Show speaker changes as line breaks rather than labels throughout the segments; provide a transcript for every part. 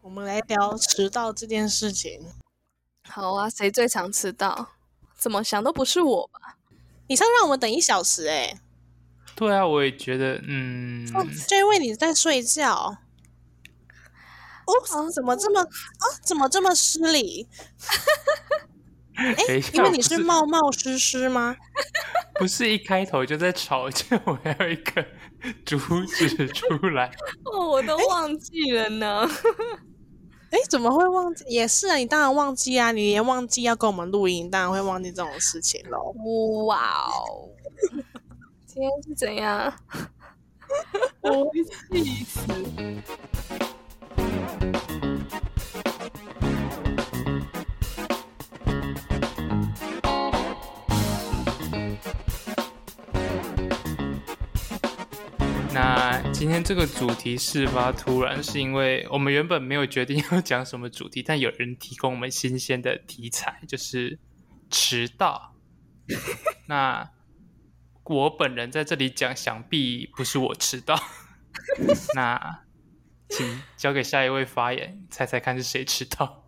我们来聊迟到这件事情。
好啊，谁最常迟到？怎么想都不是我吧？
你上次让我们等一小时、欸，
对啊，我也觉得，嗯，
哎、就因为你在睡觉。哦，
哦
怎么这么啊？怎么这么失 礼？
等一下，
因为你
不
是冒冒失失 吗？
不是一开头就在吵架，我还有一个 主旨出来，
哦，我都忘记了呢。
哎，怎么会忘记？也是啊，你当然忘记啊，你连忘记要跟我们录音，当然会忘记这种事情喽。
哇哦，今天是怎样？我会气死！
那今天这个主题事发突然，是因为我们原本没有决定要讲什么主题，但有人提供我们新鲜的题材，就是迟到。那我本人在这里讲，想必不是我迟到。 那请交给下一位发言，猜猜看是谁迟到？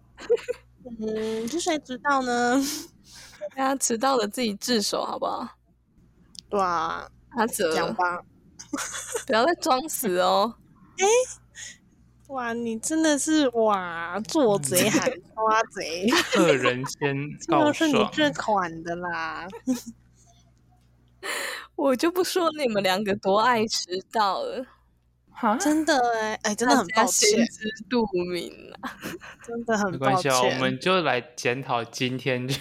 嗯，是谁知道呢？
大家迟到了自己自首好不好？
对啊，
阿泽，
讲吧。
不要再装死 哦！
哇，你真的是哇，做贼喊 抓贼，
恶 人先告
就是你
状。
这款的啦。
我就不说你们两个多爱迟到了，
哈
真的哎、哎，真的很抱
大家心
歉，
知肚明啊！
真的
没
很
关
抱
系
歉。
啊，我们就来检讨今天 就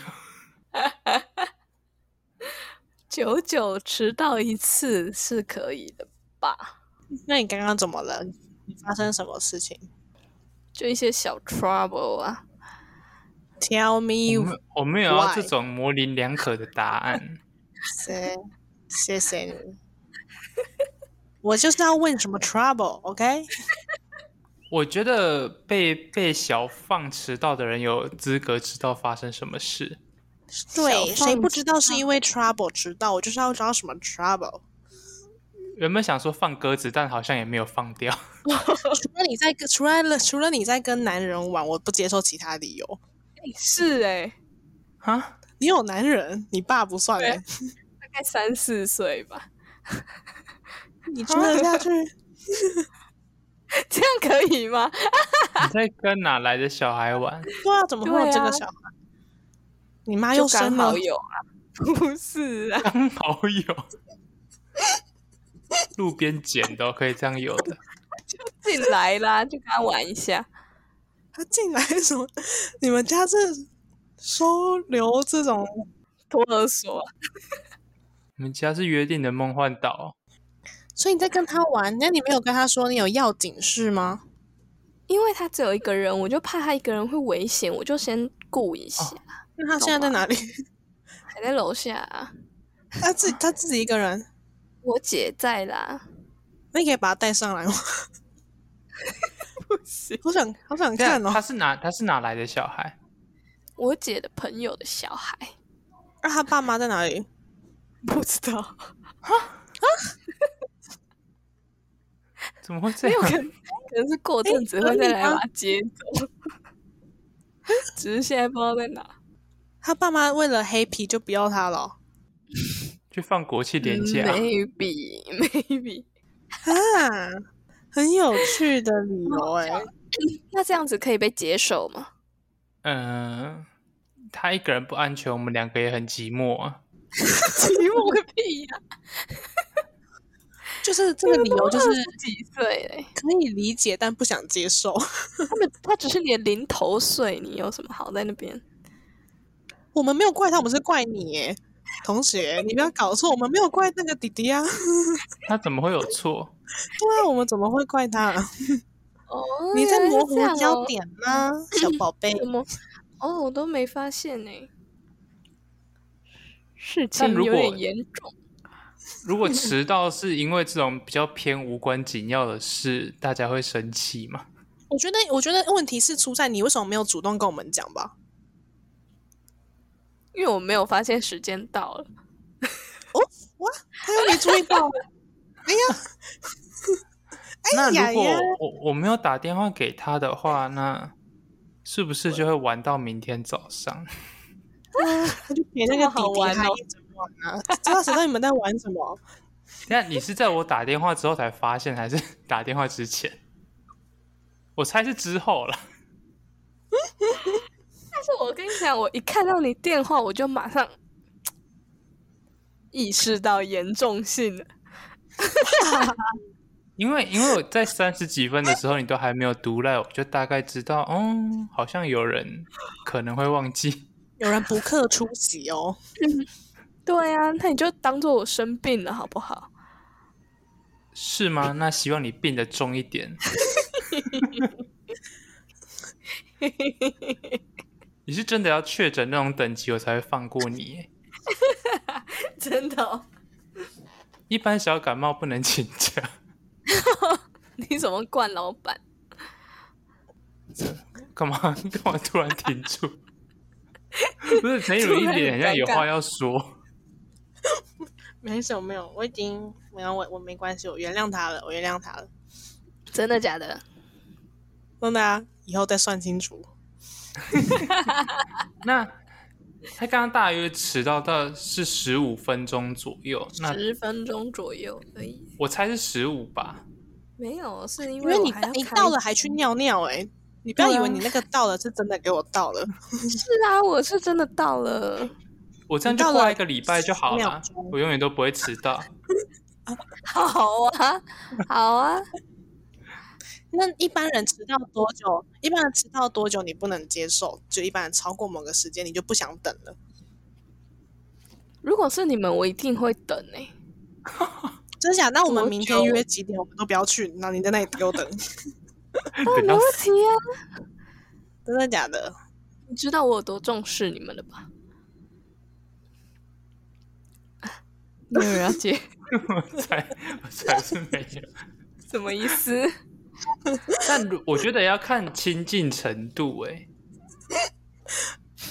久久迟到一次是可以的吧？
那你刚刚怎么了？你发生什么事情
就一些小 trouble 啊。
？Tell
我
me，
们我们也要
Why？
这种模棱两可的答案。
谁？谢谢你。我就是要问什么 trouble，OK？、
我觉得被被小放迟到的人有资格知道发生什么事。
对，
小
谁
放
不知道是因为 trouble 迟到？我就是要知道什么 trouble。
原本想说放鸽子，但好像也没有放掉。
除了你在跟除了了除了你在跟男人玩，我不接受其他理由。
是哎、
啊，
你有男人，你爸不算
对
欸
大概三四岁吧，
你吃得下去？
这样可以吗？
你在跟哪来的小孩玩？
对啊，怎么会有这个
对啊
小孩？你妈又
就
生
刚
了
好，有啊， 不是啊，
刚好有，路边捡的哦、可以这样有的。
进来啦， 就跟他玩一下。
她进来什么？你们家这收留这种
托儿所啊
你们家是约定的梦幻岛 哦
所以你在跟他玩，那你没有跟他说你有要紧事吗？
因为他只有一个人，我就怕他一个人会危险，我就先顾一下。
那他现在在哪里？
还在楼下、啊，
他自他自己一个人，
我姐在啦。
那你可以把他带上 来吗？
不行，
好想好想
哦。对啊
看哦！
他是哪他是哪来的小孩？
我姐的朋友的小孩，
那他爸妈在哪里？
不知道，
怎么会这
没有
样
可？能，可能是过阵子会再来把他接走。只是现在不知道在哪。
他爸妈为了黑皮就不要他了哦
去放国际年假、
嗯
maybe maybe，
啊！很有趣的理由哎、
那这样子可以被接手吗？
嗯，他一个人不安全，我们两个也很寂寞啊。
寂寞个屁呀、
就是这个理由就是
几岁嘞？
可以理解，但不想接受。
他们他只是你的零头岁，你有什么好在那边？
我们没有怪他，我们是怪你哎、同学，你不要搞错，我们没有怪那个弟弟啊！
他怎么会有错？
对啊，我们怎么会怪他？
哦，
你在模糊
原来是这样
焦
哦，
点呢、小宝贝。
怎么？哦，我都没发现呢。事情
但如
有
果
点严重，
如果迟到是因为这种比较偏无关紧要的事，大家会生气吗？
我觉得，我觉得问题是出在你为什么没有主动跟我们讲吧？
因为我没有发现时间到了。
哇，他又没注意到，哎呀，哎
那
呀
如果
呀，
我我没有打电话给他的话，那是不是就会玩到明天早 上？
他就给那
这
个弟
么好
弟
玩
他
哦
一直玩啊，知道谁知道你们在玩什么？
那你是在我打电话之后才发现，还是打电话之前？我猜是之后了。
但是我跟你讲，我一看到你电话，我就马上嗯意识到严重性了。
因为因为我在三十几分的时候，你都还没有读来，我就大概知道，嗯，好像有人可能会忘记。
有人不克出席哦，
对啊，那你就当做我生病了好不好？
是吗？那希望你病得重一点。你是真的要确诊那种等级，我才会放过你耶。
真的、哦？
一般小感冒不能请假，
你怎么惯老板？
干嘛干嘛突然停住？ 不是陈雨茹一脸好像有话要说，
没什么没有，我已经没有我我没关系，我原谅他了，我原谅他了，
真的假的？
真的啊，以后再算清楚。
那他刚刚大约迟到到是十五分钟左右，那
十分钟左右而已，
我猜是十五吧。
没有，是因
因
为
为你
我还要
一
开
到了还去尿尿、欸，哎，你不要
对
以
啊
为你那个到了是真的给我到 了，
是啊，我是真的到了。
我这样就
你到了
过一个礼拜就好
10
了
秒钟，
我永远都不会迟 到。
好 啊，好啊，
那一般人迟到多久？一般人迟到多久你不能接受？就一般人超过某个时间你就不想等了，
如果是你们，我一定会等欸诶、
真假？那我们
多
明天
久
约几点？我们都不要去，然后你在那里给我 等，
哦，
等
没
到
问题啊！
真的假的？
你知道我有多重视你们了 吧？没有人要接，
我猜我猜是没有。
什么意思？
但如我觉得要看亲近程度、欸，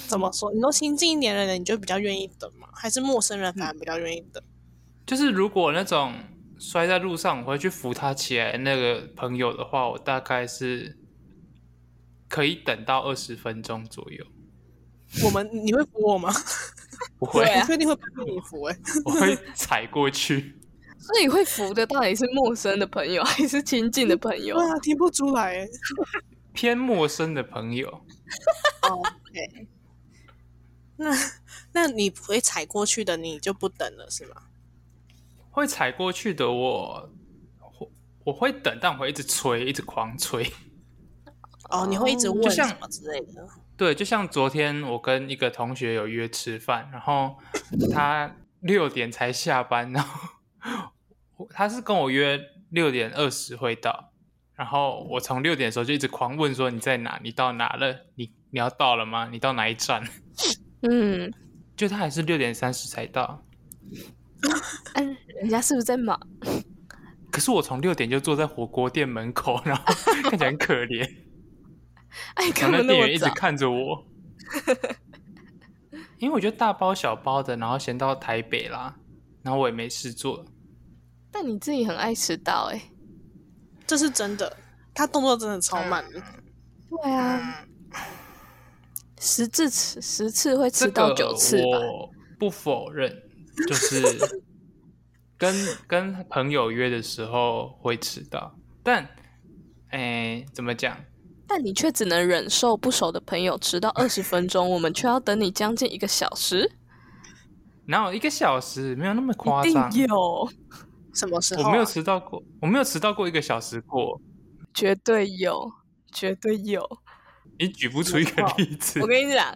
怎么说？你都亲近一点的人，你就比较愿意等吗？还是陌生人反而比较愿意等？
就是如果那种摔在路上，我会去扶他起来的那个朋友的话，我大概是可以等到二十分钟左右。
我们你会扶我吗？
不会，
对啊
我确定会被 你扶哎、
我会踩过去。
所以会服的到底是陌生的朋友 还是亲近的朋友
对？啊，听不出来哎、
偏陌生的朋友，
哦，对。那那你不会踩过去的，你就不等了是吗？
会踩过去的我，我我会等，但我会一直催，一直狂催。
哦，你会一直
哦
问
就像
什么之类的。
对，就像昨天我跟一个同学有约吃饭，然后他六点才下班，然后我他是跟我约六点二十会到，然后我从六点的时候就一直狂问说你在哪？你到哪了？你你要到了吗？你到哪一站？
嗯，
就他还是六点三十才到，
嗯，人家是不是在忙？
可是我从六点就坐在火锅店门口，然后 看起来很可怜，
哎，
然
干
后
嘛
那
那
店员
么
一直
早？
看着我， 因为我就大包小包的，然后先到台北啦，然后我也没事做。
但你自己很爱迟到哎、
这是真的，他动作真的超慢的。
对
嗯
啊，十次迟十次会迟到九次
这
吧？
个我不否认，就是 跟跟朋友约的时候会迟到，但哎，怎么讲？
但你却只能忍受不熟的朋友迟到二十分钟，我们却要等你将近一个小时，
哪有一个小时？没有那么夸
一
张。
定有，
什么时候、
我
啊？
没有迟到过，我没有迟到过一个小时过。
绝对有，绝对有。
你举不出一个例子
我，跟你讲，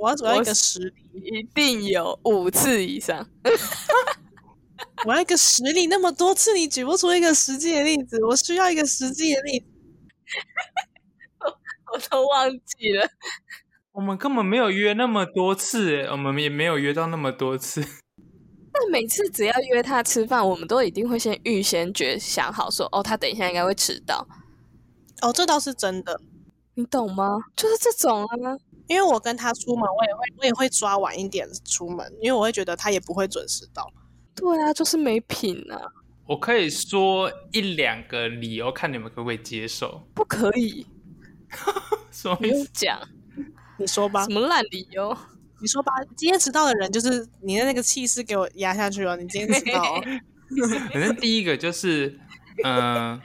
我要我要一
我
个实力，
一定有五次以上。
我要一个实力。那么多次你举不出一个实际的例子，我需要一个实际的例子。
我都忘记了。
我们根本没有约那么多次，哎我们也没有约到那么多次。
但每次只要约他吃饭，我们都一定会先预先觉想好说，哦，他等一下应该会迟到，
哦，这倒是真的，
你懂吗？就是这种啊。
因为我跟他出门，我也会我也会抓晚一点出门，因为我会觉得他也不会准时到。
对啊，就是没品啊！
我可以说一两个理由，看你们可不可以接受。
不可以，
什么
不
意
用
思？
讲，
你说吧
什，么烂理由？
你说吧。今天迟到的人就是你的那个气势给我压下去了。你今天迟到哦，
反正第一个就是，嗯、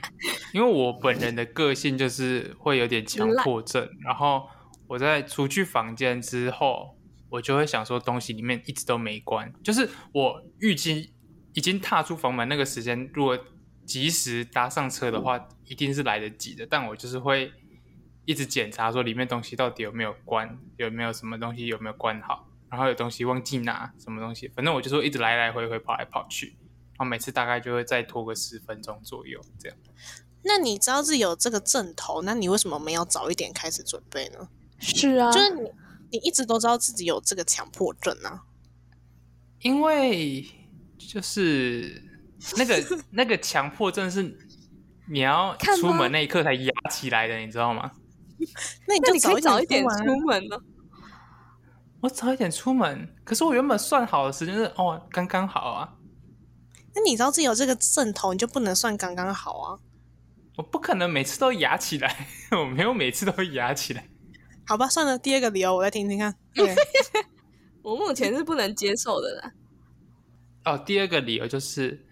因为我本人的个性就是会有点强迫症，然后我在出去房间之后，我就会想说东西里面一直都没关，就是我预计已经踏出房门那个时间，如果及时搭上车的话，一定是来得及的，但我就是会一直检查说里面东西到底有没有关，有没有什么东西有没有关好。然后有东西忘记拿，什么东西，反正我就是会一直来来回回跑来跑去。然后哦每次大概就会再拖个十分钟左右这样。
那你知道自己有这个症头，那你为什么没有早一点开始准备呢？
是啊，
就是你，你一直都知道自己有这个强迫症啊。
因为 就是那个那个强迫症是你要
看吗
出门那一刻才压起来的，你知道吗？
那你
那
就
你可以早一点
点啊
出门呢。
我早一点出门，可是我原本算好的时间是哦，刚刚好啊，
那你知道自己有这个症头，你就不能算刚刚好啊。
我不可能每次都压起来， 我没有每次都压起来。
好吧，算了，第二个理由我再听听看。
嗯
对，
我目前是不能接受的啦。
哦，第二个理由就是，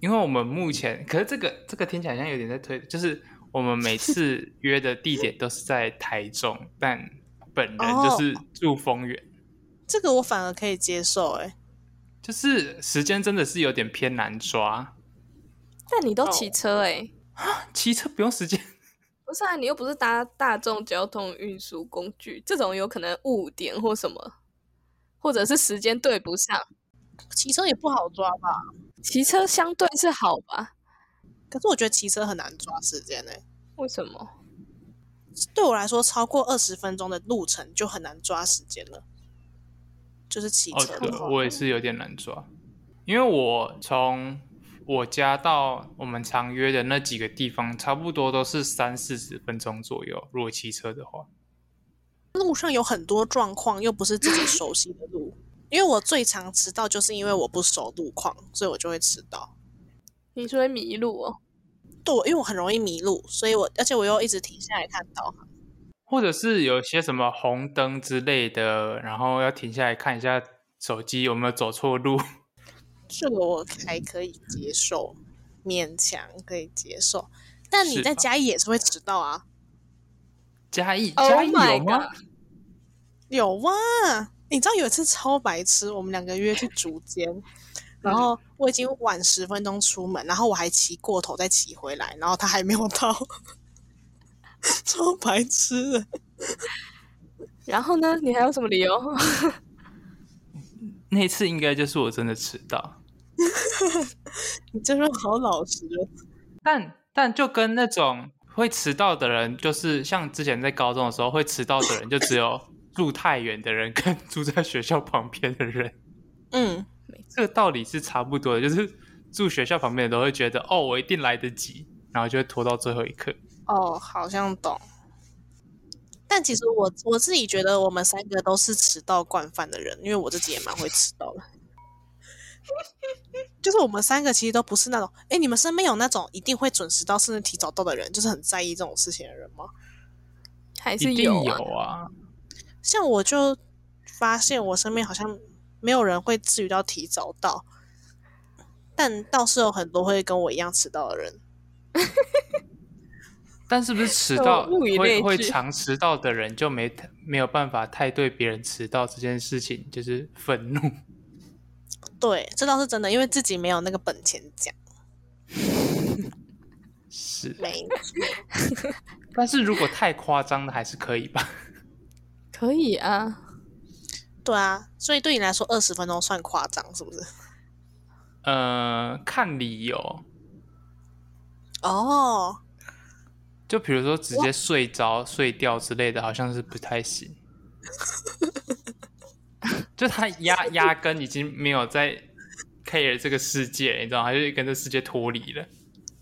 因为我们目前，可是这个这个听起来好像有点在推，就是我们 每次约的地点都是在台中，但本人
哦
就是住丰原，
这个我反而可以接受、欸，哎，
就是时间真的是有点偏难抓。
但你都骑车哎、
骑车不用 时间，
不是啊，你又不是搭大众交通运输工具，这种有可能误点或什么，或者是时间对不上。
骑车也不好抓吧？
骑车相对是好吧？
可是我觉得骑车很难抓时间呢、欸
为什么？
对我来说，超过二十分钟的路程就很难抓时间了。就是骑
哦，
车的
对
话，，
我也是有点难抓，因为我从我家到我们常约的那几个地方，差不多都是三四十分钟左右，如果骑车的话。
路上有很多状况，又不是自己熟悉的路。因为我最常迟到，就是因为我不熟路况，所以我就会迟到。
你说会迷路哦？
对，我因为我很容易迷路，所以我而且我又一直停下来看导航。
或者是有些什么红灯之类的，然后要停下来看一下手机有没有走错路。
这个我还可以接受，勉强可以接受。但你
是
在
吧
嘉义也是会迟到啊？
嘉义，
Oh
嘉义有
my
吗
god！
有啊，你知道有一次超白痴，我们两个约去竹间，然后我已经晚十分钟出门，然后我还骑过头再骑回来，然后他还没有到， 超白痴的。
然后呢？你还有什么理由？
那一次应该就是我真的迟到，
你这人好老实哦，
但但就跟那种会迟到的人，就是像之前在高中的时候会迟到的人，就 只有住太远的人跟住在学校旁边的人，
嗯，
这个道理是差不多的。就是住学校旁边的都会觉得，哦，我一定来得及，然后就会拖到最后一刻。
哦，好像懂。但其实我我自己觉得我们三个都是迟到惯犯的人，因为我自己也蛮会迟到的。 就是我们三个其实都不是那种，哎，你们身边有那种一定会准时到甚至提早到的人，就是很在意这种事情的人吗？
还是
一定
啊？
有啊，
像我就发现我身边好像没有人会至于到提早到，但倒是有很多会跟我一样迟到的人。
但是不是迟到
物以类
会会
聚
常迟到的人就没没有办法太对别人迟到这件事情就是愤怒？
对，这倒是真的，因为自己没有那个本钱讲。
是，
没
但是如果太夸张的还是可以吧？
可以啊，
对啊，所以对你来说二十分钟算夸张是不是？
呃，看理由，
哦，
就比如说直接睡着、睡掉之类的，好像是不 太行。就他压压根已经没有在 care 这个世界，你知道吗，他就跟这世界脱离了。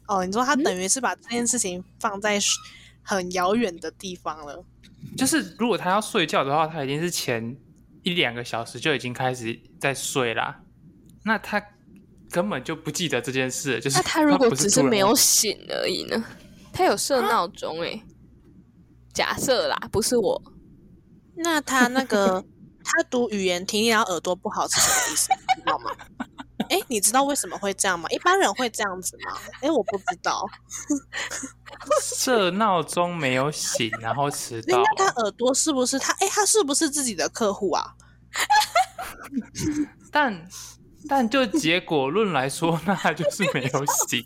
哦，你说他等于是把这件事情放在是很遥远的地方了。
就是如果他要睡觉的话，他已经是前一两个小时就已经开始在睡啦。那他根本就不记得这件事，就是
那他如果
不
只
是突
是
然
没有醒而已呢？他有设闹钟诶、假设啦，不是我，
那他那个他读语言听力然后耳朵不好是什么意思？你知道吗？哎，你知道为什么会这样吗？一般人会这样子吗？哎，我不知道。
设闹钟没有醒，然后迟
那
到，
他耳朵是不是他？哎，他是不是自己的客户啊？
但但就结果论来说，那他就是没有醒，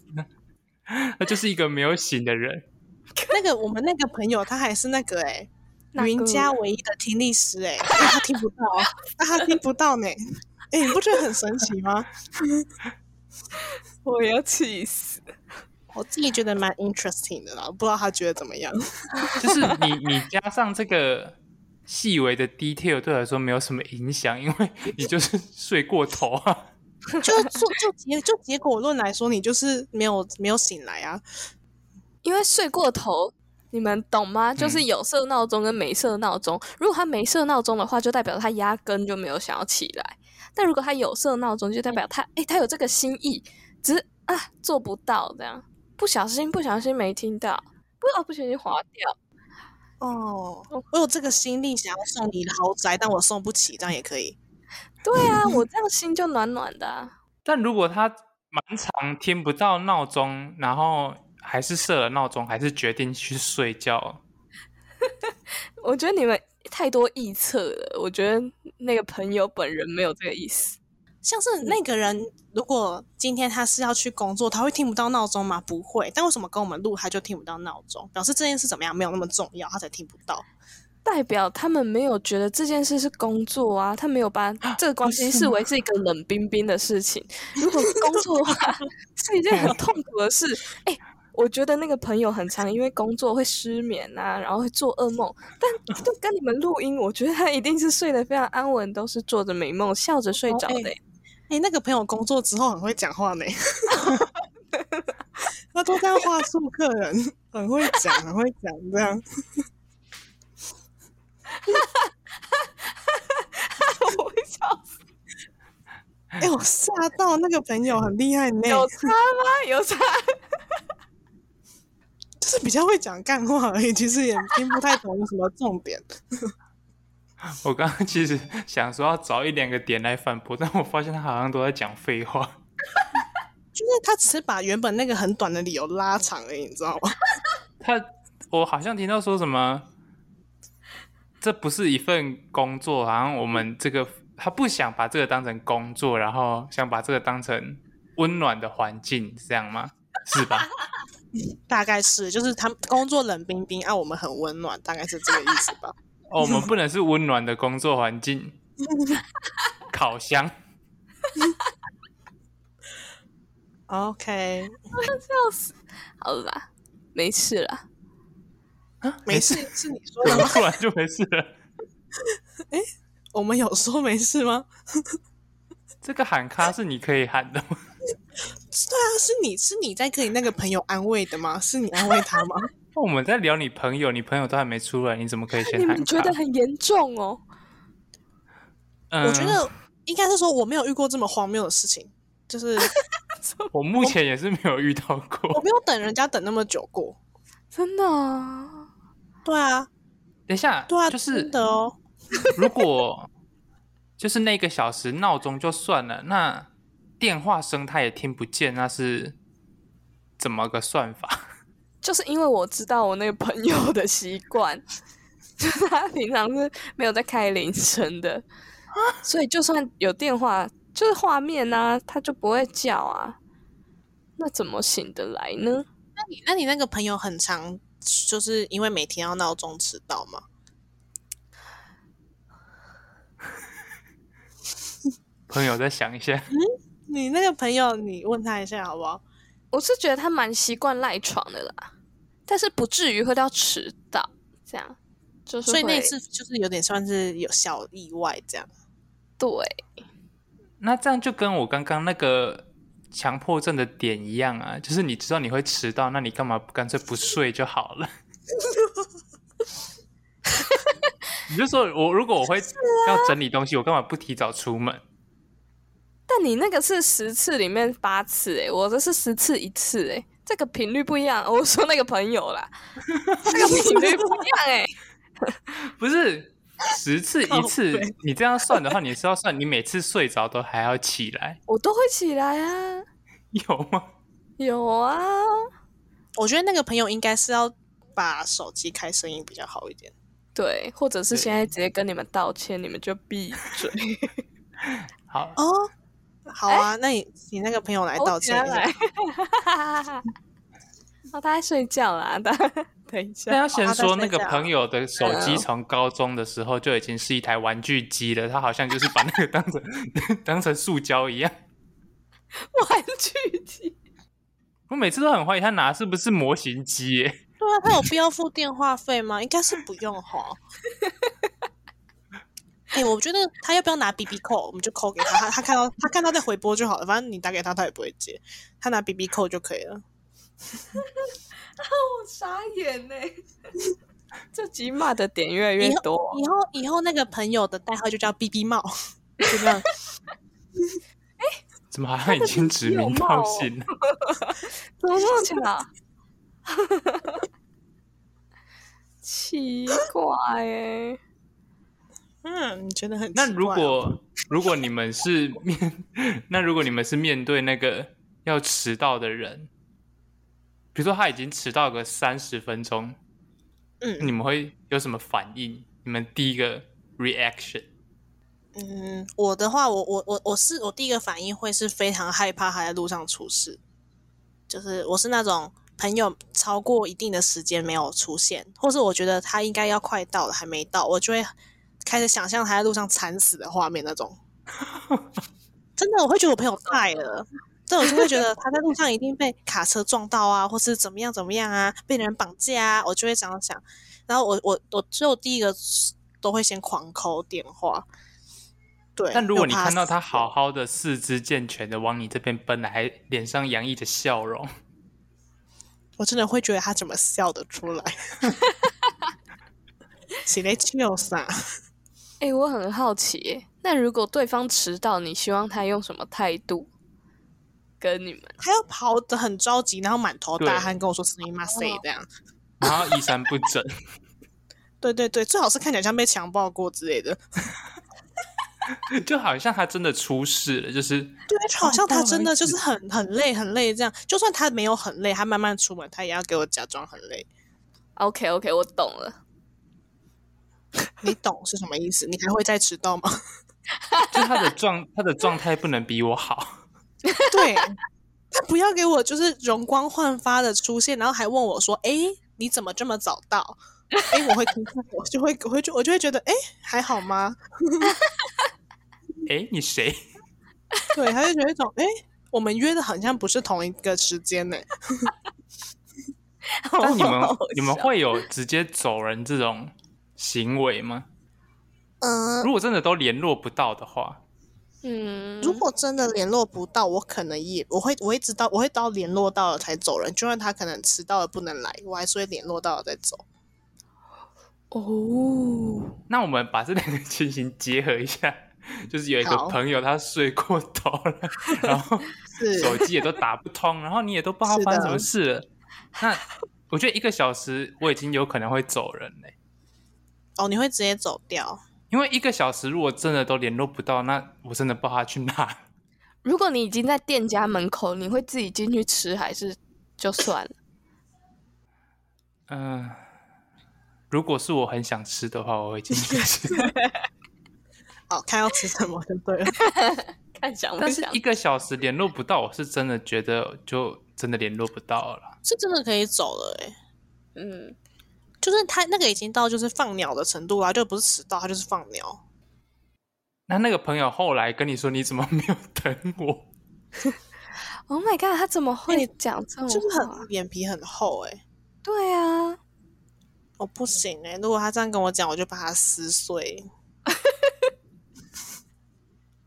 那就是一个没有醒的人。
那个我们那个朋友，他还是那个哎、
哪个
云家唯一的听力师哎、那他听不到，那他听不到呢、哎、你不觉得很神奇吗？
我要气死！
我自己觉得蛮 interesting 的啦，不知道他觉得怎么样。
就是你你加上这个细微的 detail 对我来说没有什么影响，因为你就是睡过头啊。
就做就结就结果论来说，你就是没有没有醒来啊。
因为睡过头，你们懂吗？就是
嗯
有设闹钟跟没设闹钟。如果他没设闹钟的话，就代表他压根就没有想要起来；但如果他有设闹钟，就代表他诶、他有这个心意，只是啊做不到这样，不小心不小心没听到，不哦不小心滑掉。
哦，我有这个心力想要送你豪宅，但我送不起，这样也可以。
对啊，我这样心就暖暖的、啊。
但如果他蛮常听不到闹钟，然后还是设了闹钟，还是决定去睡觉，
我觉得你们太多臆测了。我觉得那个朋友本人没有这个意思。
像是那个人，如果今天他是要去工作，他会听不到闹钟吗？不会。但为什么跟我们录他就听不到闹钟？表示这件事怎么样没有那么重要，他才听不到。
代表他们没有觉得这件事是工作啊，他没有把这个关
啊
系视为是一个冷冰冰的事情。如果工作的话， 是一件很痛苦的事。哎、我觉得那个朋友很常因为工作会失眠啊，然后会做噩梦。 但就跟你们录音，我觉得他一定是睡得非常安稳，都是做着美梦，笑着睡着的、欸
哦哎 哎、那个朋友工作之后很会讲话 呢，他都在话术客人，很会讲，很会讲这 样。
我会笑死。
哎、我吓到那个朋友很厉害呢，
有差吗？有差。
就是比较会讲干话而已，其实也听不太懂有什么重点。
我刚刚其实 想说要找一两个点来反驳，但我发现他好像都在讲废话。
就是他只是把原本那个很短的理由拉长而已，你知道吗？
他我好像听到说什么，这不是一份工作，好像我们这个他不想把这个当成工作，然后想把这个当成温暖的环境，是这样吗？是吧？
大概是，就是他们工作冷冰冰，啊，我们很温暖，大概是这个意思 吧。
哦，我们不能是温暖的工作环境， 烤箱。
OK，
笑死！好了啦，没事啦。
啊没事，啊是你说
怎
的
么
吗？
突然就啊没事了？
我们有说没事吗？
这个喊咖是你可以喊的吗？
对啊，是你是你在跟你那个朋友安慰的吗？是你安慰他 吗？
我们在聊你朋友，你朋友都还没出来，你怎么可以先
你
喊
们觉得
卡？
很严重哦？
嗯
我觉得应该是说我没有遇过这么荒谬的事情， 就是
我目前也是没有遇到
我
过。
没有等人家等那么久过。
真的啊？
对啊，
等一下，
对啊，
就是
真的哦。
如果就是那个小时闹钟就算了，那电话声他也听不见，那是怎么个算法？
就是因为我知道我那个朋友的习惯， 就是他平常是没有在开铃声的，所以就算有电话，就是画面啊，他就不会叫啊。那怎么醒得来呢？
那你那你那个朋友很常就是因为每天要闹钟迟到吗？
朋友再想一下，
你那个朋友，你问他一下好不好？
我是觉得他蛮习惯赖床的啦，但是不至于会到迟到这样。就是
所以那
会
次就是有点算是有小意外这样。
对，
那这样就跟我刚刚那个强迫症的点一样啊，就是你知道你会迟到，那你干嘛不干脆不睡就好了？ 你就说我如果我会要整理东西，我干嘛不提早出门？
但但你那个是十次里面八次、欸，哎，我这是十次一次、欸，哎，这个频率不一样。我说那个朋 友啦，这个频率不一样、欸，哎，
不是十次一次
靠北，
你这样算的话，你是要算你每次睡着都还要起来，
我都会起来啊，
有吗？
有啊，
我觉得那个朋友应该是要把手机开声音比较好一点。
对，或者是
对
现在直接跟你们道歉，你们就闭嘴，
好，
哦，好啊，那你你那个朋友来 道歉一
来
下。，
哦，他在睡觉啦， 他等一下
那。要先
他在
说
睡
那个
觉
朋友的手机从高中的时候就已经是一台玩具机了，他好像就是把那个当成 当成塑胶一样。
玩具机。
我每次都很怀疑他拿是不是模型机耶、
对啊，他有必要付电话费吗？应该是不用哈。哎、我觉得他要不要拿 BB 扣，我们就扣给他，他他看到他看到再回拨就好了，反正你打给他他也不会接，他拿 BB 扣就可以了。
我傻眼呢、 这集骂的点越来越
以后
多。
以后以后那个朋友的代号就叫 BB 帽， 怎么样？
怎么好像已经指名道姓了？
哦
怎么这么巧？ 奇怪欸哎、
嗯，你觉得很奇怪
那
哦、
如果如果你们是面， 那如果你们是面对那个要迟到的人，比如说他已经迟到个三十分钟，
嗯
你们会有什么反应？你们第一个 reaction
嗯，我的话，我我我我是我第一个反应会是非常害怕他在路上出事，就是我是那种朋友超过一定的时间没有出现，或是我觉得他应该要快到了还没到，我就会开始想象他在路上惨死的画面那 种。真的，我会觉得我朋友太了。对，我就会觉得他在路上一定被卡车撞到啊，或是怎么样怎么样啊，被人绑架啊，我就会这样想。然后我我我，所以我第一个都会先狂扣电话。对，
但如果你
因为我怕
看到他
死
好好的四肢健全的往你这边奔来，还脸上洋溢着笑容，
我真的会觉得他怎么笑得出来。起来笑啥？
哎、我很好奇、欸，那如果对方迟到，你希望他用什么态度跟你们？
他又跑得很着急，然后满头大
对
汗跟我说“死你妈谁”这样。
然后衣衫不整，
对对对，最好是看起来像被强暴过之类的。
就好像他真的出事了，就是
对，就好像他真的就是很很累很累这样。就算他没有很累，他慢慢出门，他也要给我假装很累。
OK OK，我懂了。
你懂是什么意思？你还会再迟到吗？
就是他的状 他的状态不能比我好。
对，他不要给我就是容光焕发的出现，然后还问我说：“哎，你怎么这么早到？”哎，我会听到，我就会我会就我就会觉得，哎，还好吗？
哎，你谁？
对，他就有一种，哎，我们约的好像不是同一个时间呢、
但你们
好好
你们
笑
会有直接走人这种行为吗？
嗯、
如果真的都联络不到的话，
嗯，
如果真的联络不到，我可能也我会我会知道我会到联络到了才走人，就算他可能迟到了不能来，我还是会联络到了再走。
哦，
那我们把这两个情形结合一下， 就是有一个
好
朋友他睡过头了，然后
是
手机也都打不通，然后你也都不知道
是的
发生什么事了。那我觉得一个小时我已经有可能会走人嘞、
哦，你会直接走掉。
因为一个小时如果真的都联络不到，那我真的不知道他去哪。
如果你已经在店家门口，你会自己进去吃还是就算了？
嗯、如果是我很想吃的话，我会进去吃。
哦，看要吃什么就对了。
看想不
但是
想
一？个小时联络不到，我是真的觉得就真的联络不到了啦。
是真的可以走了欸诶、
嗯，
就是他那个已经到就是放鸟的程度啦，就不是迟到，他就是放鸟。
那那个朋友后来跟你说，你怎么没有等 我？
Oh my god，他怎么会讲这
哦
种
就是
话？
很脸皮很厚诶、
对啊，
我不行
嗯
诶、如果他这样跟我讲，我就把他撕碎。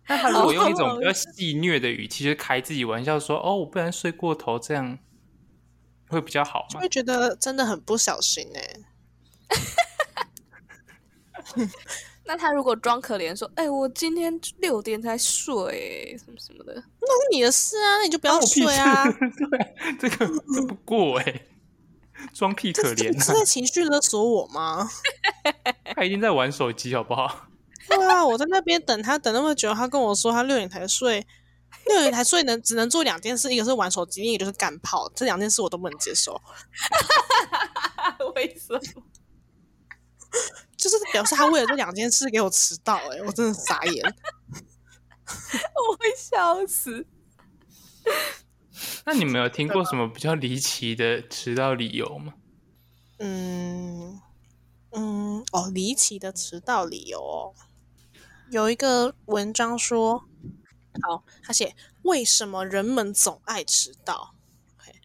那他如果用一
好
种
好
比较戏谑的语气，就是开自己玩笑说：“哦，我不然睡过头，这样会比较好
就
吗
会觉欸得真的很不小心哎、
那他如果装可怜说：“哎、我今天六点才睡，什么什么 的。
那是你的事啊，那你就不要
关我屁
睡 啊。
事对啊，这个这不过哎、装屁
这
可
这
怜
不是
啊！
在情绪勒索我吗？
他一定在玩手机，好不好？
对啊，我在那边等他等那么久，他跟我说他六点才睡，六点才睡能只能做两件事，一个是玩手机，另一个就是干炮，这两件事我都不能接受，”
为什么？
就是表示他为了这两件事给我迟到、欸，我真的傻眼。
我会笑死。
那你们有听过什么比较离奇的迟到理由吗？
嗯嗯，哦，离奇的迟到理由哦，有一个文章说，好，他写为什么人们总爱迟到？OK，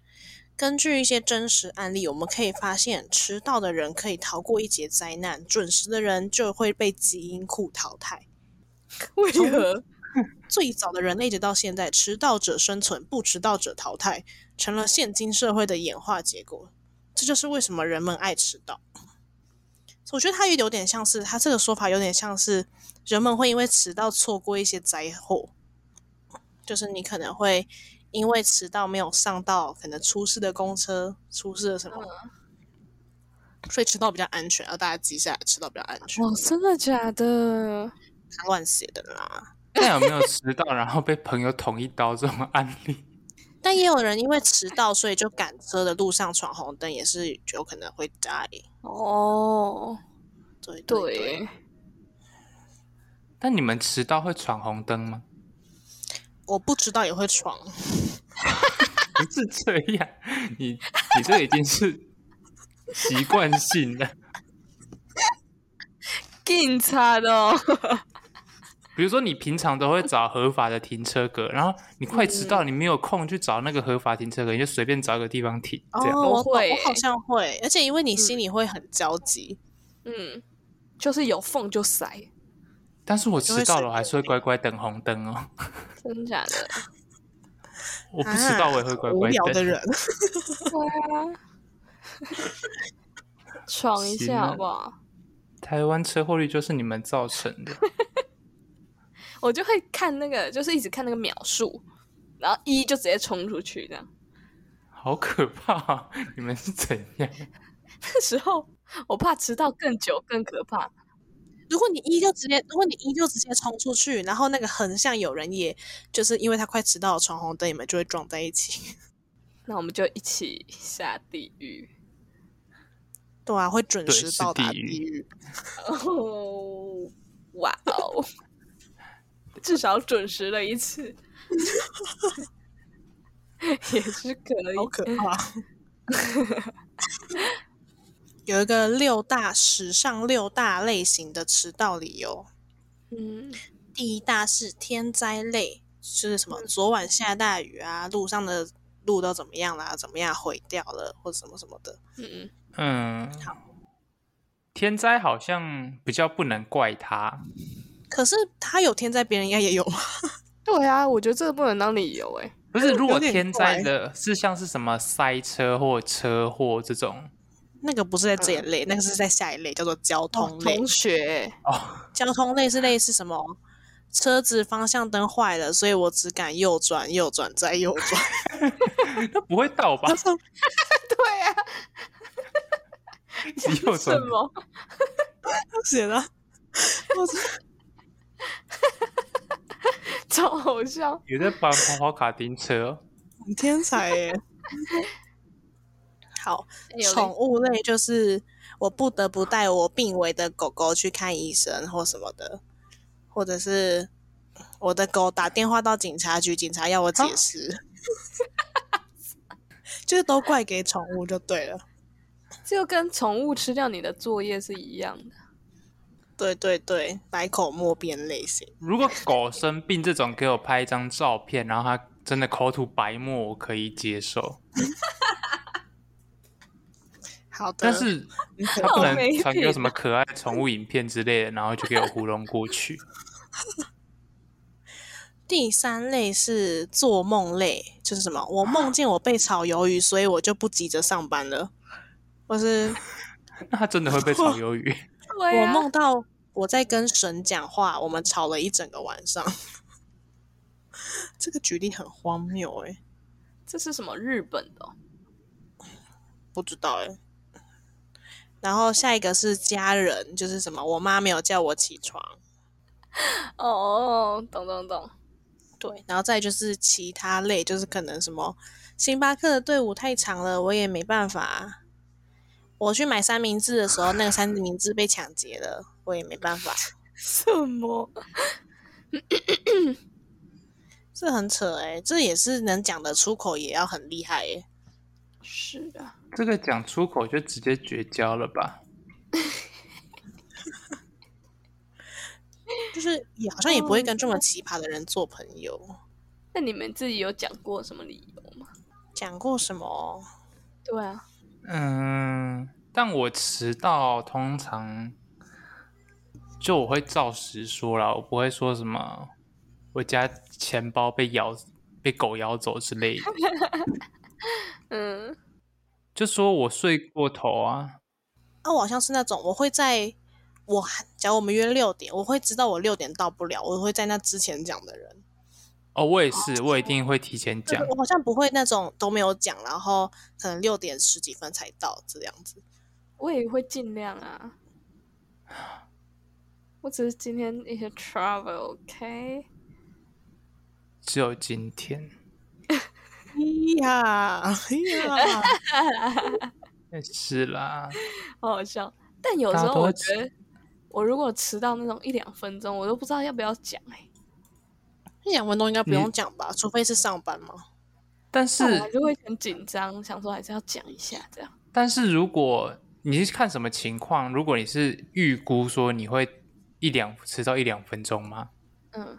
根据一些真实案例，我们可以发现，迟到的人可以逃过一劫灾难，准时的人就会被基因库淘汰。
为何？
最早的人类一直到现在，迟到者生存，不迟到者淘汰，成了现今社会的演化结果。这就是为什么人们爱迟到。我觉得他也有点像是，他这个说法有点像是人们会因为迟到错过一些灾祸，就是你可能会因为迟到没有上到可能出事的公车、出事的什么，所以迟到比较安全，要大家记下来，迟到比较安全。
哦，真的假的？
乱写的啦。
那有没有迟到然后被朋友捅一刀这种案例？
但也有人因为迟到，所以就赶车的路上闯红灯，也是有可能会 die。
哦，
对对
对，
但你们迟到会闯红灯吗？
我不知道也会闯，
不是这样，你你这已经是习惯性了。
警察的哦、
比如说，你平常都会找合法的停车格，然后你快迟
嗯
到，你没有空去找那个合法停车格，你就随便找一个地方停，这样。
哦，我懂
会嗯
我好
欸
像会，而且因为你心里会很焦急，
嗯，就是有缝就塞，
但是我迟到了，
就会随便
我还是会乖乖等红灯哦。
真的假的？
我不迟到，我也会乖
啊无
乖
聊的
等。
人。
对啊，闯一
行
下
啊
好不好？
台湾车祸率就是你们造成的。
我就会看那个，就是一直看那个秒数，然后一就直接冲出去这样。
好可怕、啊！ 你们是怎样？
那时候我怕迟到更久更可怕，
如果你一就直接，如果你一就直接冲出去，然后那个横向有人也，就是因为他快迟到了闯红灯，你们就会撞在一起。
那我们就一起下地狱。
对啊，会准
对
时
是
到达
地
地
狱
狱。
哦，哇哦，至少准时了一次， 也是可以。
好可怕。 有一个六大史上六大类型的迟到理由，
嗯，
第一大是天灾类，就是什么昨晚下大雨啊，路上的路都怎么样啦，怎么样毁掉了，或者什么什么的。
嗯
嗯，天灾好像比较不能怪
哎
他，
可是他有天灾，别人应该也有嘛？
对啊，我觉得这个不能当理由哎、
不是？如果
有点
天灾的是像是什么塞车或车祸这种，
那个不是在这一类，那个是在下一类，叫做交嗯哦通类。
同学，
哦
交通类是类似什么？车子方向灯坏了，所以我只敢右转，右转再右转。
那不会 到吧？
对啊，
只 有
什么？
写的，我真
超好笑。
有在帮跑跑卡丁车哦，
很天才耶！好，
有
宠物类就是我不得不带我病危的狗狗去看医生或什么的，或者是我的狗打电话到警察局，警察要我解释，就是都怪给宠物就对了。
就跟宠物吃掉你的作业是一样的。
对对对，百口莫辩类型。
如果狗生病这种，给我拍一张照片，然后它真的口吐白沫，我可以接
呃
受。
好的，
但是它
好
不能
没
传给我
品
什么可爱宠物影片之类的，然后就给我糊弄过去。
第三类是做梦类，就是什么？我梦见我被炒鱿鱼，所以我就不急着上班了，或是。
那它真的会被炒鱿鱼。
对啊
我梦到我在跟神讲话，我们吵了一整个晚上。 这个举例很荒谬哎、
这是什么日本的哦、
不知道哎、然后下一个是家人，就是什么？我妈没有叫我起床，
哦，懂懂懂，
对，然后再就是其他类，就是可能什么星巴克的队伍太长了，我也没办法。我去买三明治的时候，那个三明治被抢劫了，我也没办法。
什么？
这很扯哎、这也是能讲得出口，也要很厉害哎、
是啊，
这个讲出口就直接绝交了吧？
就是也好像也不会跟这么奇葩的人做朋友。
那你们自己有讲过什么理由吗？
讲过什么？
对啊，
嗯，但我迟到通常就我会照实说啦，我不会说什么我家钱包被咬被狗咬走之类的，
嗯，
就说我睡过头啊。
啊，我好像是那种我会在我假如我们约六点，我会知道我六点到不了，我会在那之前讲的人。
哦，我也是，我一定会提前
就是
讲。
我好像不会那种都没有讲，然后可能六点十几分才到这样子。
我也会尽量啊。我只是今天一些 travel，OK？、
只有今天，
哎呀，哎呀，
也是啦。
好好笑。但有时
大家
候
都
我
会
觉得，我如果迟到那种一两分钟，我都不知道要不要讲哎、
一两分钟应该不用
你
讲吧？除非是上班嘛。
但
但
我
是
还是会很紧张，想说还是要讲一下这样。
但是如果你是看什么情况，如果你是预估说你会一两迟到一两分钟吗？
嗯，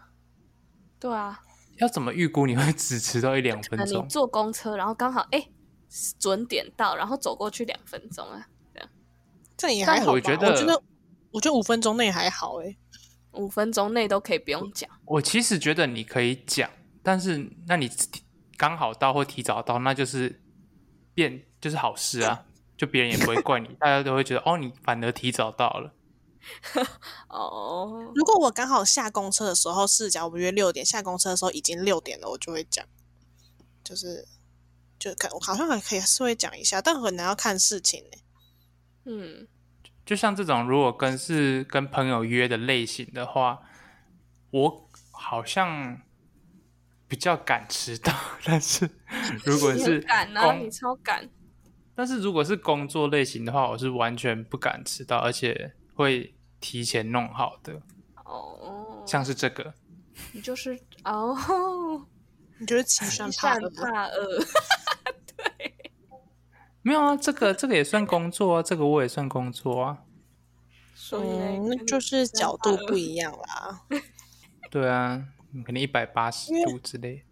对啊，
要怎么预估你会只迟到一两分
那你
钟？
坐公车，然后刚好哎、准点到，然后走过去两分钟啊，
这也
但
还好吧？
我觉
我觉
得
得，我觉得五分钟内还好哎、
五分钟内都可以不用讲。
我其实觉得你可以讲，但是那你提刚好到或提早到，那就是变就是好事啊，就别人也不会怪你，大家都会觉得哦，你反而提早到了。
哦，
如果我刚好下公车的时候是，假如我们约六点，下公车的时候已经六点了，我就会讲，就是就可我好像还可以是会讲一下，但可能要看事情欸呢、
嗯，
就像这种，如果跟是跟朋友约的类型的话，我好像比较敢迟到， 但是如果
你
是
很赶啊，
工
你超赶。
但是如果是工作类型的话，我是完全不敢迟到，而且会提前弄好的，
哦，
像是这个，
你就是哦，
你
哎
觉得欺善
欺
怕
善
恶吗？
怕恶，
没有啊，这个这个也算工作啊，这个我也算工作啊，
所以嘞
嗯，那
跟
就
你
是
欺善
角
怕
度
恶
不一样啦。
对啊，嗯可能一百八十
因为
度 之类，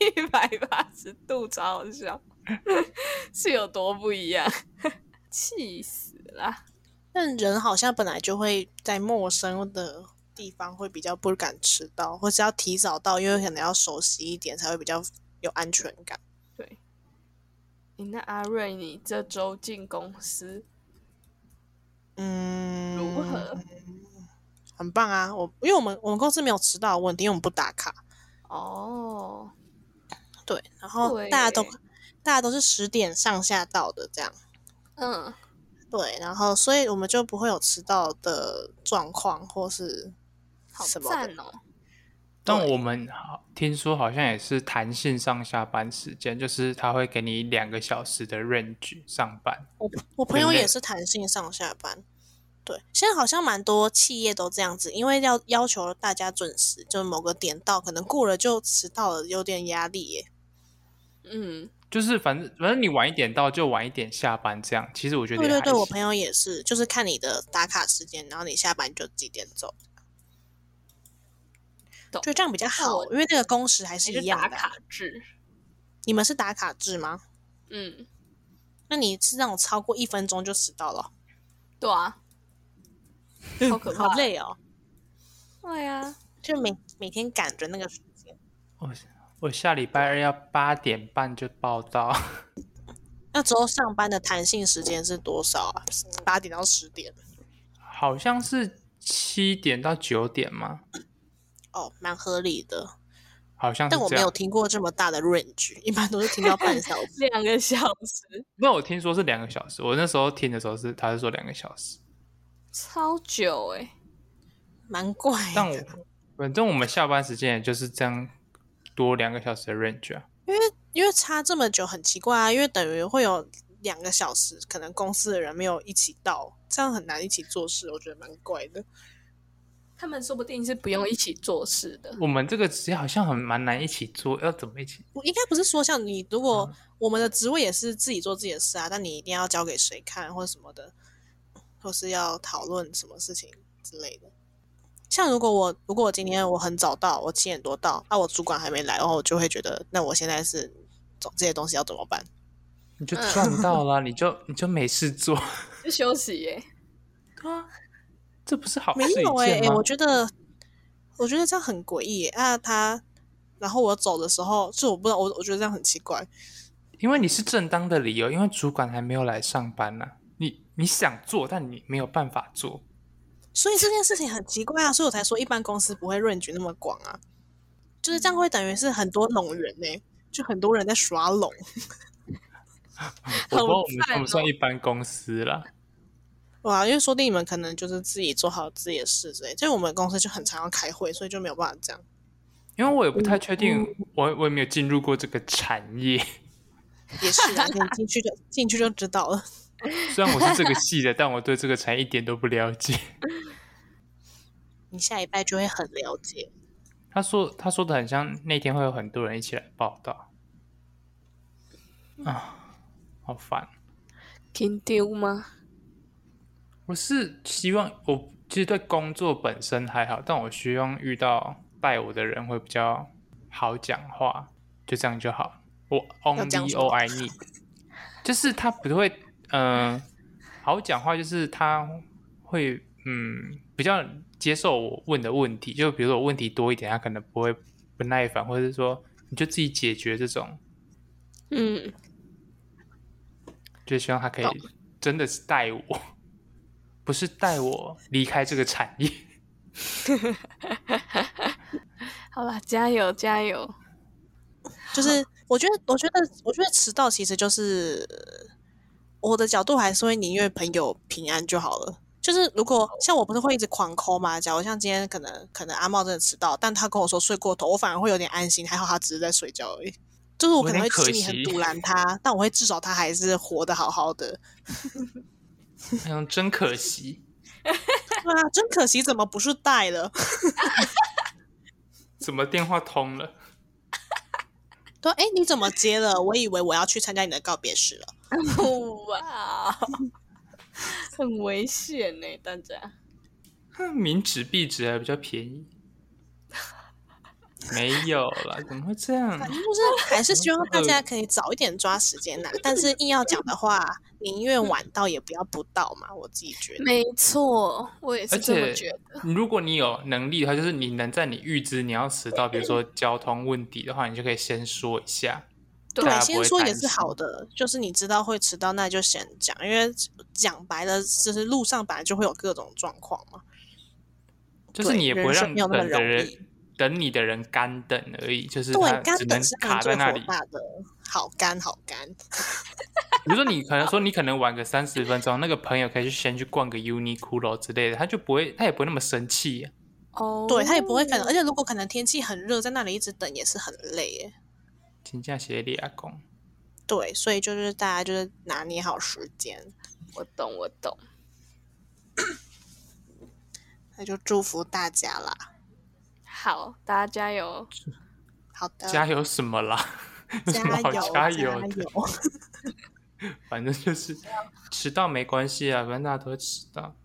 一百八十度，超好笑， 是有多不一样？ 气死啦！
但人好像本来就会在陌生的地方会比较不敢迟到，或是要提早到，因为可能要熟悉一点才会比较有安全感。
对，你那阿瑞，你这周进公司
嗯，
如何？
很棒啊！我因为我们我们公司没有迟到的问题，因为我们不打卡。
哦，
对，然后
对
大家都
耶
大家都是十点上下到的这样，
嗯，
对，然后所以我们就不会有迟到的状况或是
好
什么
赞
的。
哦，
但我们好听说好像也是弹性上下班时间，就是他会给你两个小时的 range 上班。
我我朋友
对
也是弹性上下班，对，现在好像蛮多企业都这样子，因为要要求大家准时，就某个点到，可能过了就迟到了，有点压力耶。
嗯，
就是反正反正你晚一点到就晚一点下班这样，其实我觉得
对
也还
对
行
对，我朋友也是，就是看你的打卡时间，然后你下班就几点走
懂。
就这样比较
那
好
我，
因为那个工时还是
你是
一样
打
的啊。
卡制，
你们是打卡制吗？
嗯，
那你是那种超过一分钟就迟到了，
对啊，好可怕
好，累哦，
对啊，
就每每天赶着那个时间，
我哦我下礼拜二要八点半就报到，
那时候上班的弹性时间是多少啊？八点到十点，
好像是七点到九点嘛，
哦，蛮合理的。
好像是
但我
这
没有
样。
听过这么大的 range，一般都是听到半小时。
两个小时，
那我听说是两个小时，我那时候听的时候是他是说两个小时，
超久哎、
蛮怪
但我
的。
反正我们下班时间也就是这样多两个小时的 range 啊。
因为差这么久很奇怪啊，因为等于会有两个小时，可能公司的人没有一起到，这样很难一起做事，我觉得蛮怪的。
他们说不定是不用一起做事的。
我们这个职业好像很蛮难一起做，要怎么一起？
我应该不是说像你，如果我们的职位也是自己做自己的事啊，但你一定要交给谁看或什么的，或是要讨论什么事情之类的。像如果我如果我今天我很早到，我七点多到，啊，我主管还没来，然后我就会觉得，那我现在是走这些东西要怎么办？
你就赚到
嗯
了，你就你就没事做，
就休息耶、
这不是好
没
事一
有哎、
件
欸
吗？
我觉得，我觉得这样很诡异、欸、啊。他，然后我走的时候，就我不知道，我我觉得这样很奇怪。
因为你是正当的理由，因为主管还没有来上班呢、你你想做，但你没有办法做。
所以这件事情很奇怪啊，所以我才说一般公司不会润局那么广啊，就是这样会等于是很多拢人呢、就很多人在耍拢。
我不知道我们
好赞哦
算不算一般公司啦？
哇，因为说不定你们可能就是自己做好自己的事之类，就是我们公司就很常要开会，所以就没有办法这样。
因为我也不太确
嗯
定，我我也没有进入过这个产业。
也是啊，你进去就进去就知道了。
虽然我是这个系的，但 我对这个产业一点都不了解。
你下一拜就会很了解。
他说他说的很像那天会有很多人一起来报道啊，好烦。
停丢吗？
我是希望我其实对工作本身还好，但我希望遇到带我的人会比较好讲话，就这样就好。我
要讲
only
什
o
么
I need，就是他不会，嗯、好讲话就是他会，嗯，比较接受我问的问题，就比如说我问题多一点，他可能不会不耐烦，或者是说你就自己解决这种，
嗯，
就希望他可以
懂
真的是带我，不是带我离开这个产业。
好啦，加油加油！
嗯
就是我觉得，我觉得，我觉得迟到其实就是我的角度还是会宁愿朋友平安就好了。就是如
哦
果像我不是会一直狂抠嘛，假如像今天可能可能阿茂真的迟到，但他跟我说睡过头，我反而会有点安心，还好他只是在睡觉而已。就是我可能会
有点可
心里很
惜
堵拦他，但我会至少他还是活得好好的。
嗯，真可惜，
对啊，真可惜，怎么不是带了？
怎么电话通了？
对，哎，你怎么接了？我以为我要去参加你的告别式了。
哇，很危险呢、大家。
哼明纸壁纸还比较便宜， 没有啦，怎么会这样？
反正就是还是希望大家可以早一点抓时间呐、但 是硬要讲的话，宁
嗯
愿晚到也不要不到嘛。我自己觉得，
没错，我也
而
是这么
且
觉得。，
如果你有能力的话，就是你能在你预知你要迟到，比如说交通问题的话，你就可以先说一下。
对
大家不
先
会
说
担
也是
心
好的，就是你知道会迟到，那就先讲，因为讲白了，就是路上本来就会有各种状况嘛。
就是
对
你也不会
人生
让
没有那么
等的
容
人
易
等你的人干等而已，就是他
对，干
只能
本身
卡在那里。
大的，好干好干。
比如说你可能说你可能晚个三十分钟，那个朋友可以去先去逛个 Uniqlo 之类的，他就不会他也不会那么生气、
哦，
对他也不会可能，而且如果可能天气很热，在那里一直等也是很累耶。
请假协力阿啊公。
对，所以就是大家就是拿捏好时间，
我懂，我懂。
那就祝福大家啦。
好，大家加油！
好的，
加油什么啦？ 有什
呃加
么好
油，
加
油
油的？！反正就是迟到没关系啊，反正大家都会迟到，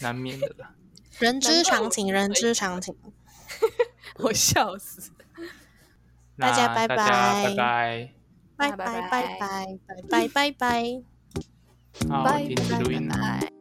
难免 的啦。
人之
难怪
常
我
情，人之常情。
我笑死。
大家
那
拜
大家
拜
拜拜。
拜
拜
拜拜
拜
拜拜拜拜拜。
好，
拜
停止录音了。
拜。